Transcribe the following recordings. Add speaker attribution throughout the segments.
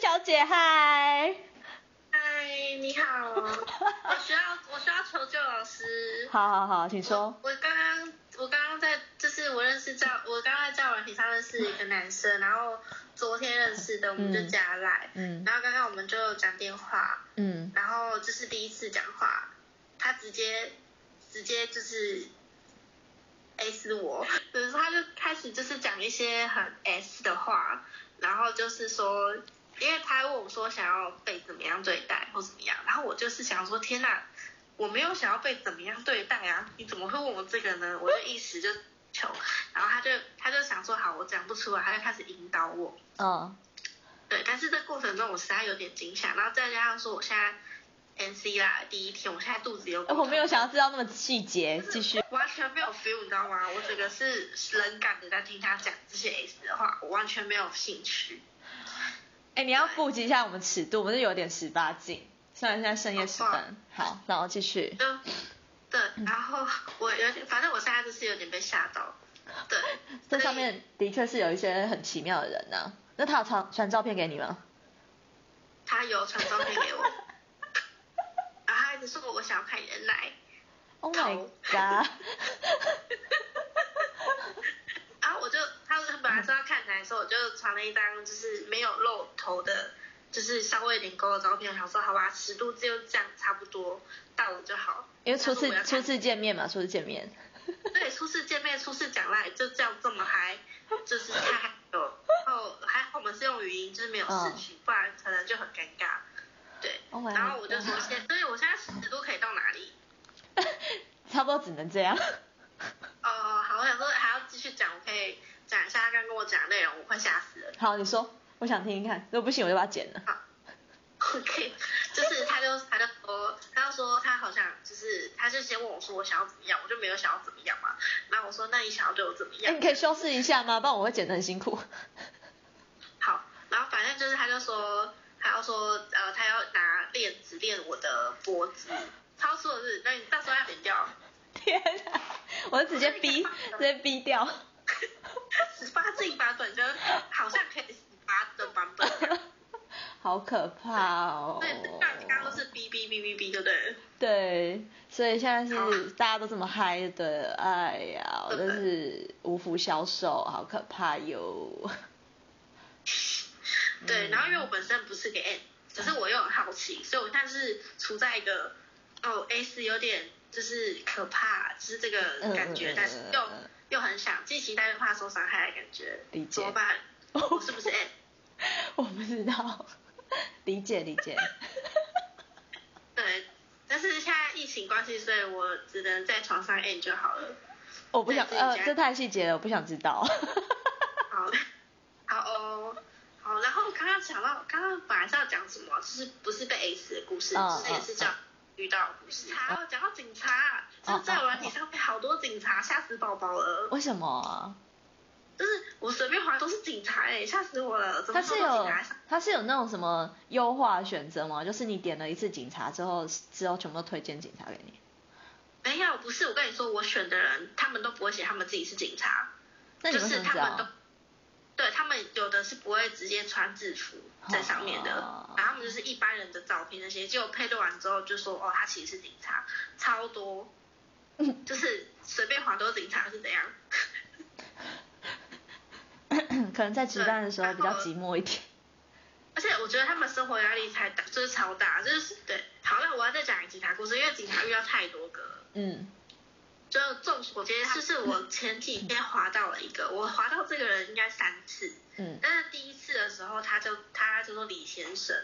Speaker 1: 小姐，嗨。
Speaker 2: 嗨，你 好，我需要我需要求救老师。
Speaker 1: 好好好，请说。
Speaker 2: 我刚刚我刚刚在就是我认识教我刚刚在教软体上认识一个男生，然后昨天认识的，我们就加来、
Speaker 1: 嗯
Speaker 2: 然后刚刚我们就讲电话，
Speaker 1: 嗯，
Speaker 2: 然后就是第一次讲话，他直接直接就是 S 我，就是他就开始就是讲一些很 S 的话，然后就是说，因为他问我说想要被怎么样对待或怎么样，然后我就是想说天哪，我没有想要被怎么样对待啊，你怎么会问我这个呢？我就一时就求，然后他就他就想说好，我讲不出来，他就开始引导我，
Speaker 1: 嗯
Speaker 2: 对，但是这过程中我实在有点惊吓，然后再加上说我现在 NC 啦第一天，我现在肚子有、
Speaker 1: 哎我没有想要知道那么细节，继续。
Speaker 2: 完全没有 feel，你知道吗？我整个是冷感的在听他讲这些 S 的话，我完全没有兴趣。
Speaker 1: 哎、你要顾及一下我们尺度，我们是有点十八禁，虽然现在深夜时分。好，然后继续。
Speaker 2: 就对，然后我有点，反正我现在就是有点被吓到。对，
Speaker 1: 这上面的确是有一些很奇妙的人呐、那他有传传照片给你吗？
Speaker 2: 他有传照片给我， 然后他一直说我想要看你的奶，
Speaker 1: Oh my
Speaker 2: 头
Speaker 1: god！
Speaker 2: 然啊后我就，他们本来说要看奶的时候，我就传了一张就是没有露头的，就是稍微有点沟的照片，我想说好吧，尺度就这样差不多到了就好。
Speaker 1: 因为初
Speaker 2: 他说
Speaker 1: 次
Speaker 2: 我要看
Speaker 1: 初次见面嘛，初次见面。
Speaker 2: 对，初次见面，初次讲赖，就这样这么嗨，就是太嗨了。然后还好我们是用语音，就是没有视
Speaker 1: 嗯
Speaker 2: 讯，不然可能就很尴尬。对
Speaker 1: Oh my
Speaker 2: 然后我就
Speaker 1: God
Speaker 2: 说现，所以我现在尺度可以到哪里？
Speaker 1: 差不多只能这样。
Speaker 2: 哦、好，我想说还要继续讲，我可以讲一下他刚跟我讲的内容，我快吓死了。
Speaker 1: 好，你说，我想听听看，如果不行我就把它剪了。
Speaker 2: OK，就是他就他就说，他就说他好像就是，他就先问我说我想要怎么样，我就没有想要怎么样嘛。然后我说那你想要对我怎么
Speaker 1: 哎、
Speaker 2: 样
Speaker 1: 你？可以修饰一下吗？不然我会剪得很辛苦。
Speaker 2: 好，然后反正就是他就说，他要说呃，他要拿链子链我的脖子，超出的是，那你到时候要剪掉，
Speaker 1: 天啊！我就直接 逼，直接逼掉。
Speaker 2: 十八禁版本就是好像可以十八的版本，
Speaker 1: 好可怕哦！
Speaker 2: 对，那你刚刚都是哔哔哔哔哔，对不对了？
Speaker 1: 对，所以现在
Speaker 2: 好
Speaker 1: 是大家都这么嗨就对了，哎呀，我真是无福消受，好可怕哟！ 嗯
Speaker 2: 对，然后因为我本身不是个 N，可是我又很好奇，所以我现在是处在一个哦 S 有点就是可怕，就是这个感
Speaker 1: 嗯嗯
Speaker 2: 觉，
Speaker 1: 嗯嗯
Speaker 2: 但是
Speaker 1: 嗯
Speaker 2: 又
Speaker 1: 嗯
Speaker 2: 又很想既期待又怕受伤害的感觉，
Speaker 1: 理解
Speaker 2: 怎么办？我是不是 N？
Speaker 1: 我不知道， 理解理 解。
Speaker 2: 对，但是现在疫情关系，所以我只能在床上 N 就好了。
Speaker 1: 我不想，
Speaker 2: 对自己
Speaker 1: 呃，
Speaker 2: 家
Speaker 1: 这太细节了，我不想知道。
Speaker 2: 好，好哦，好。然后刚刚想到，刚刚本来是要讲什么，就是不是被 S 的故事，
Speaker 1: 嗯
Speaker 2: 就是也是讲遇到的故事。还有讲到警察，就
Speaker 1: 嗯
Speaker 2: 是在软体上面好多警察，吓死宝宝了。
Speaker 1: 为什么啊？
Speaker 2: 就是我随便滑都是警察哎、吓死我了！怎么
Speaker 1: 它是
Speaker 2: 这么多
Speaker 1: 有
Speaker 2: 警察？
Speaker 1: 它是有那种什么优化选择吗？就是你点了一次警察之后，之后全部都推荐警察给你。
Speaker 2: 没有，不是我跟你说，我选的人他们都不会写他们自己是警察，
Speaker 1: 那你
Speaker 2: 就
Speaker 1: 为什
Speaker 2: 是
Speaker 1: 么
Speaker 2: 他
Speaker 1: 知
Speaker 2: 们
Speaker 1: 道
Speaker 2: 都？，对他们有的是不会直接穿制服在上面的，
Speaker 1: 哦
Speaker 2: 然后他们就是一般人的照片那些，结果配对完之后就说哦，他其实是警察，超多， 就是随便划都是警察是怎样？
Speaker 1: 可能在值班的时候
Speaker 2: 对
Speaker 1: 比较寂寞一点。
Speaker 2: 而且我觉得他们生活压力太大，就是超大，就是对。好，那我要再讲一个警察故事，因为警察遇到太多个了。
Speaker 1: 嗯，
Speaker 2: 就众所皆 知，就是我前几天滑到了一个，我滑到这个人应该三次，
Speaker 1: 嗯
Speaker 2: 但是第一次的时候，他就他叫做李先生，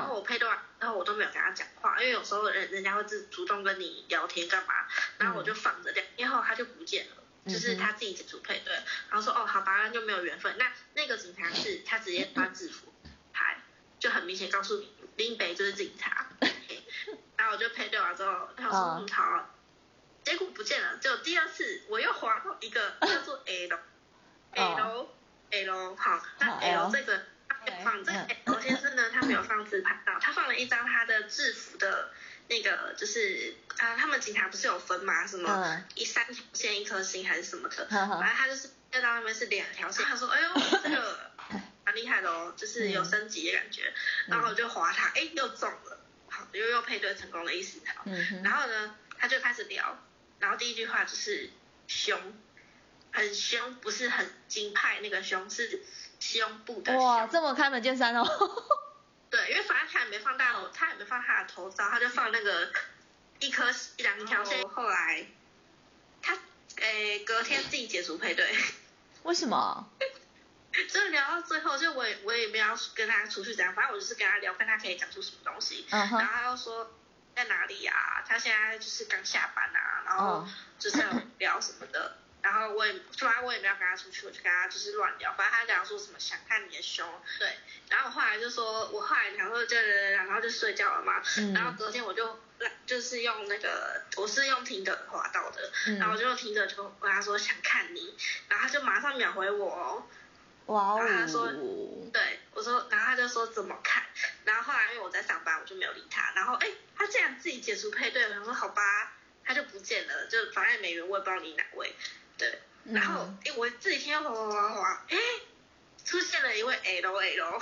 Speaker 1: 嗯
Speaker 2: 后我配对完，然后我都没有跟他讲话，因为有时候人人家会自主动跟你聊天干嘛，然后我就放着，两天后他就不见了。
Speaker 1: 嗯
Speaker 2: 就是他自己主配对，然后说哦好吧，那就没有缘分。那那个警察是他直接穿制服牌，就很明显告诉你林北就是 警察。嘿然后我就配对完之后，他说
Speaker 1: 嗯
Speaker 2: 嗯好啊，结果不见了。结果第二次我又滑到一个叫做 L
Speaker 1: 哦
Speaker 2: L L 好，那
Speaker 1: 好 L
Speaker 2: L 这个他没有放，这个
Speaker 1: 嗯
Speaker 2: L 先生呢，他没有放自拍照，他放了一张他的制服的那个，就是啊，他们警察不是有分嘛，什么
Speaker 1: 嗯
Speaker 2: 一三条线一颗星还是什么的，
Speaker 1: 呵呵
Speaker 2: 反正他就是那张上面是两条线，他说哎呦这个。蛮厉害的哦，就是
Speaker 1: 嗯
Speaker 2: 有升级的感觉。然后我就划他，哎，又中了，好，又又配对成功了一十条。
Speaker 1: 嗯哼，
Speaker 2: 然后呢，他就开始聊，然后第一句话就是凶，很凶，不是很金派那个凶，是胸部的
Speaker 1: 哇，
Speaker 2: 凶。
Speaker 1: 这么看得见山哦，
Speaker 2: 对，因为反正他也没放大头，他也没放他的头罩，他就放那个一颗一两条
Speaker 1: 哦
Speaker 2: 线。后来他诶隔天自己解除配对，
Speaker 1: 为什么？
Speaker 2: 就聊到最后，就我也我也没有要跟他出去怎样，反正我就是跟他聊，看他可以讲出什么东西。
Speaker 1: 嗯
Speaker 2: 然
Speaker 1: 哼，
Speaker 2: 后他又说在哪里啊？他现在就是刚下班啊，然后
Speaker 1: 哦，
Speaker 2: 就是有聊什么的。然后我也，突然我也没有跟他出去，我就跟他就是乱聊，反正他聊说什么想看你的胸，对。然后我后来就说，我后来然后就然后就睡觉了嘛。然后
Speaker 1: 嗯
Speaker 2: 隔天我就就是用那个，我是用听的滑到的，然后我
Speaker 1: 嗯，
Speaker 2: 就听着就跟他说想看你，然后他就马上秒回我、哦。
Speaker 1: 哇
Speaker 2: 然后他说
Speaker 1: 哦，
Speaker 2: 对，我说，然后他就说怎么看，然后后来因为我在上班，我就没有理他。然后哎，他竟然自己解除配对，我想说好吧，他就不见了，就反正也没人，我也不知道你哪位。对，然后
Speaker 1: 嗯
Speaker 2: 哎、我自己听到哗哗哗哗，哎，出现了一位 L L，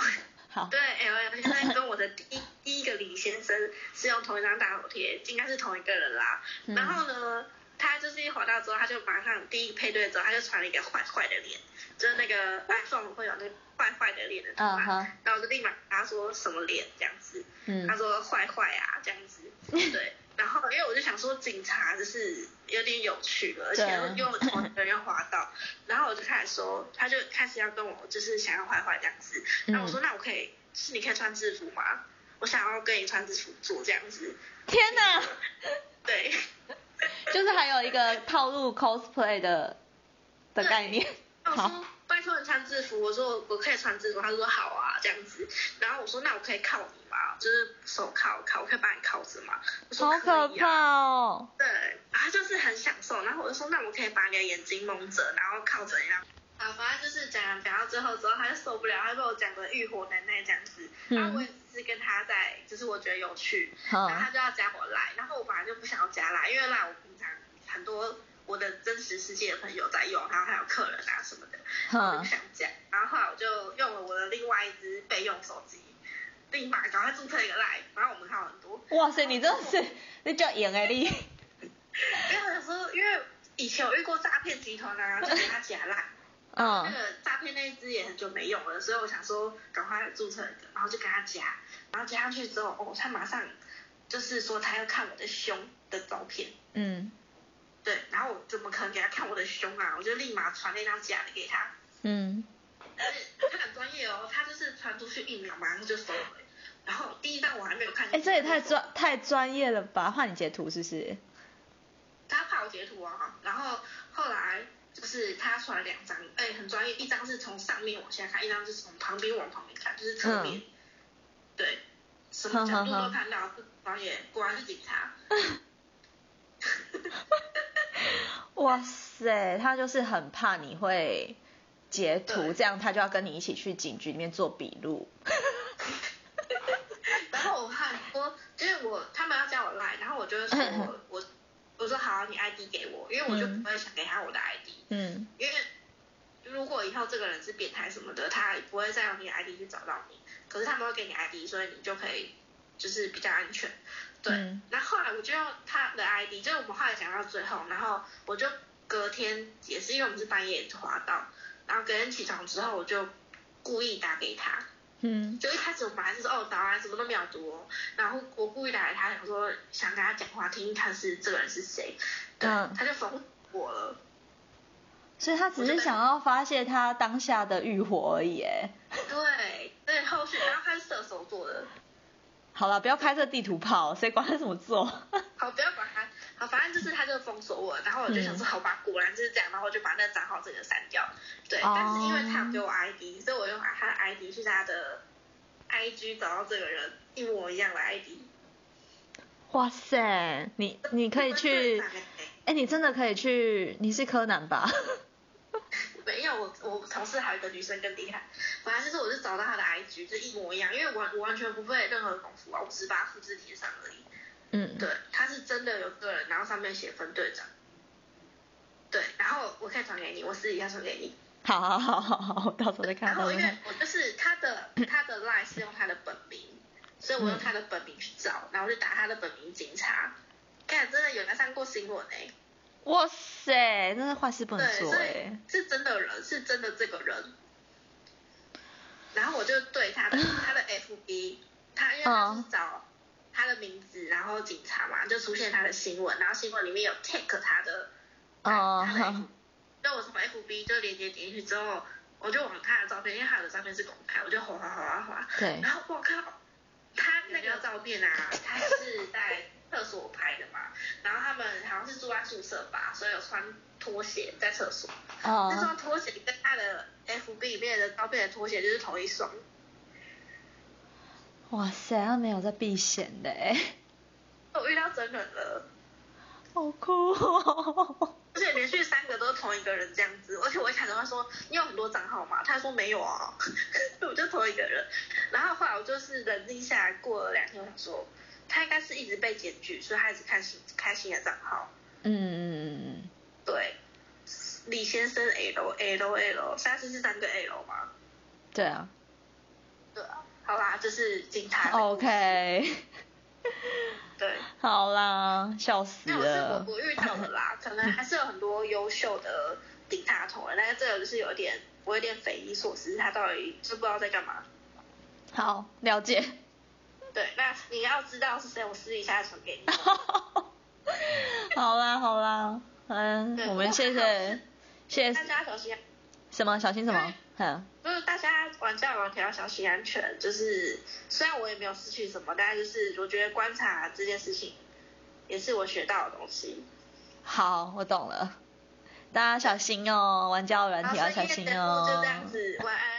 Speaker 1: 好，
Speaker 2: 对 L L，现在跟我的第一第一个李先生是用同一张大头贴，应该是同一个人啦。
Speaker 1: 嗯
Speaker 2: 然后呢，他就是一滑到之后，他就马上第一配对之后，他就传了一个坏坏的脸，就是那个 iPhone 会有那坏坏的脸的图
Speaker 1: 嗯
Speaker 2: 案。
Speaker 1: 哼，
Speaker 2: 然后我就立马跟他说什么脸这样子，
Speaker 1: 嗯
Speaker 2: 他说坏坏啊这样 子，对。然后因为我就想说警察就是有点有趣了，而且
Speaker 1: 对
Speaker 2: 又同一个人又滑到，然后我就开始说，他就开始要跟我就是想要坏坏这样子，然后我
Speaker 1: 嗯，
Speaker 2: 说那我可以，就是你可以穿制服吗？我想要跟你穿制服做这样子，
Speaker 1: 天哪，
Speaker 2: 对。
Speaker 1: 就是还有一个套路 cosplay 的的概念，
Speaker 2: 我
Speaker 1: 好
Speaker 2: 说拜托你穿制服，我说我我可以穿制服，他说好啊这样子，然后我说那我可以靠你吗？就是手铐铐，我可以把你铐着吗？我说
Speaker 1: 好可
Speaker 2: 以啊。
Speaker 1: 怕哦，
Speaker 2: 对，然后他就是很享受，然后我就说那我可以把你的眼睛蒙着，然后靠着你啊。啊，反正就是讲讲讲到最后之后，他就受不了，他被我讲的欲火难耐这样子。然后我也
Speaker 1: 嗯，
Speaker 2: 只是跟他在，就是我觉得有趣，
Speaker 1: 好
Speaker 2: 然，后他就要加我来，然后我本来就不想要加来，因为来我平常很多我的真实世界的朋友在用，然后还有客人啊什么的，我就不
Speaker 1: 哼，
Speaker 2: 想加。然后后来我就用了我的另外一只备用手机，立马赶快注册一个来，然后我们还有很多，
Speaker 1: 哇塞，你真的是，你叫赢哎你，
Speaker 2: 因为有时候因为以前我遇过诈骗集团啊，就给他加来，那
Speaker 1: 嗯，
Speaker 2: 个诈骗那一只也很久没用了，所以我想说赶快注册一个，然后就给他加，然后加上去之后，哦，他马上就是说他要看我的胸的照片。
Speaker 1: 嗯
Speaker 2: 对，然后我怎么可能给他看我的胸啊？我就立马传那张假的给他，
Speaker 1: 嗯，
Speaker 2: 他很专业哦，他就是传出去一秒马上就收回。然后第一张我还没有看，
Speaker 1: 哎，这也太，专太专业了吧？换你截图是不是？
Speaker 2: 他怕我截图啊。然后后来就是他传了两张，哎，很专业，一张是从上面往下看，一张是从旁边往旁边看，就是
Speaker 1: 嗯
Speaker 2: 侧面，对，什么角度都看到，不专业，果然是警察。
Speaker 1: 哇塞，他就是很怕你会截图，
Speaker 2: 对
Speaker 1: 这样他就要跟你一起去警局里面做笔录。
Speaker 2: 然后我看说，因为我他们要叫我来，然后我就会说我我我说好啊、你 ID 给我，因为我就不会想给他我的 ID，、
Speaker 1: 嗯
Speaker 2: 因为如果以后这个人是变态什么的，他也不会再用你的 ID 去找到你，可是他们会给你 ID，所以你就可以就是比较安全。对，
Speaker 1: 嗯
Speaker 2: 然后后来我就用他的 ID，就是我们后来讲到最后，然后我就隔天也是因为我们是半夜滑到，然后隔天起床之后我就故意打给他，
Speaker 1: 嗯
Speaker 2: 就一开始我本来是说哦早安，什么都没有读哦，然后我故意打给他，想说想跟他讲话，听听看是这个人是谁，对，
Speaker 1: 嗯
Speaker 2: 他就封我了，
Speaker 1: 所以他只是想要发泄他当下的欲火而已。哎，
Speaker 2: 对，对，后续然后他是射手座的，
Speaker 1: 好了，不要开这地图炮，谁管他怎么做？
Speaker 2: 好不要管他，好反正就是他就封锁我，然后我就想说好吧，果然就是这样，然后我就把那个账号整个删掉，对，
Speaker 1: 哦
Speaker 2: 但是因为他有给我 ID，所以我用他的 ID 去他的 IG 找到这个人一模一样的 ID，
Speaker 1: 哇塞，你你可以去，哎，你真的可以去，你是柯南吧？
Speaker 2: 没有，我我同事还有一个女生更厉害，反正就是我就找到她的 IG，就一模一样，因为我我完全不费任何功夫啊，我只是把它复制贴上而已。
Speaker 1: 嗯，
Speaker 2: 对，她是真的有个人，然后上面写分队长。对，然后我可以传给你，我私底下传给你。
Speaker 1: 好好好好好，我到时候再看。
Speaker 2: 然
Speaker 1: 到
Speaker 2: 后
Speaker 1: 时
Speaker 2: 因
Speaker 1: 候再
Speaker 2: 为
Speaker 1: 看
Speaker 2: 我就是他 的他的 line 是用他的本名，所以
Speaker 1: 嗯
Speaker 2: 我用他的本名去找，然后就打他的本名警察。看，真的有人上过新闻哎、
Speaker 1: 哇塞，真是坏事不能
Speaker 2: 对，
Speaker 1: 做
Speaker 2: 所
Speaker 1: 哎、
Speaker 2: 以是真的人，是真的这个人。然后我就对他的他的 FB，他因为他
Speaker 1: 嗯
Speaker 2: 是找他的名字，然后警察嘛，就出现他的新闻，然后新闻里面有 take 他的，
Speaker 1: 哦
Speaker 2: 他的 FB，就我从 FB 就连接点进去之后，我就往他的照片，因为他的照片是公开，我就滑滑滑滑滑，
Speaker 1: 对
Speaker 2: 然后我靠，他那个照 片啊，他是在厕所拍的嘛，然后他们好像是住在宿舍吧，所以有穿拖鞋在厕所。那
Speaker 1: 哦，
Speaker 2: 双拖鞋跟他的 FB 里面的照片的拖鞋就是同一双，
Speaker 1: 哇塞，他没有在避嫌的哎、
Speaker 2: 我遇到真人了，
Speaker 1: 好酷哦。
Speaker 2: 而且连续三个都是同一个人这样子，而且我一开始他说你有很多账号吗？他说没有啊， 我就同一个人。然后后来我就是冷静下来，过了两天，我想说他应该是一直被检举，所以他一直看新开新的账号。
Speaker 1: 嗯嗯嗯
Speaker 2: 对，李先生 L L L，下次是三个 L 吗？
Speaker 1: 嗯，对啊
Speaker 2: 对啊，好啦，这是警察的故事。
Speaker 1: ，OK，
Speaker 2: 对，
Speaker 1: 好啦，笑死
Speaker 2: 那我是
Speaker 1: 了
Speaker 2: 我。我遇到的 啦，可能还是有很多优秀的警察同仁，但是这个就是有点我有点匪夷所思，他到底就不知道在干嘛。
Speaker 1: 好，了解。
Speaker 2: 对，那你要知道是谁，我私底下传给 你。
Speaker 1: 哦好啦好啦，嗯
Speaker 2: 对，
Speaker 1: 我们谢谢谢
Speaker 2: 大
Speaker 1: 谢
Speaker 2: 家小心，啊
Speaker 1: 什么小心什么，嗯，
Speaker 2: 就是大家玩交友软体要小心安全。就是虽然我也没有失去什么，但是就是我觉得观察这件事情也是我学到的东西。
Speaker 1: 好，我懂了，大家小心哦，玩交友软体
Speaker 2: 好，
Speaker 1: 要
Speaker 2: 所
Speaker 1: 小
Speaker 2: 以今
Speaker 1: 心
Speaker 2: 天的节目
Speaker 1: 哦
Speaker 2: 就这。样子，晚安。